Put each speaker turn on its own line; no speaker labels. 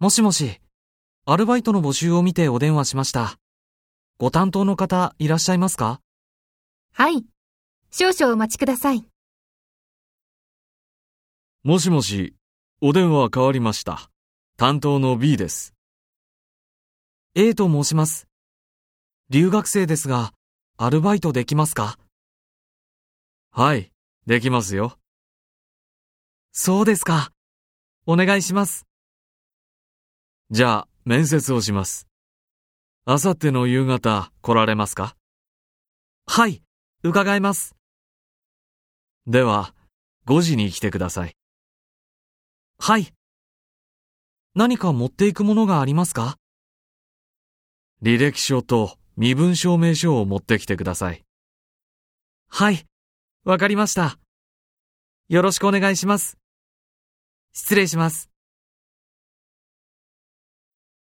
もしもし、アルバイトの募集を見てお電話しました。ご担当の方いらっしゃいますか
はい。少々お待ちください。
もしもし、お電話変わりました。担当の B です。A と申します。留学生ですが、アルバイトできますかはい、できますよ。そうですか。お願いします。じゃあ、面接をします。あさっての夕方来られますかはい、伺います。では、5時に来てください。はい。何か持っていくものがありますか履歴書と身分証明書を持ってきてください。はい。わかりました。よろしくお願いします。失礼します。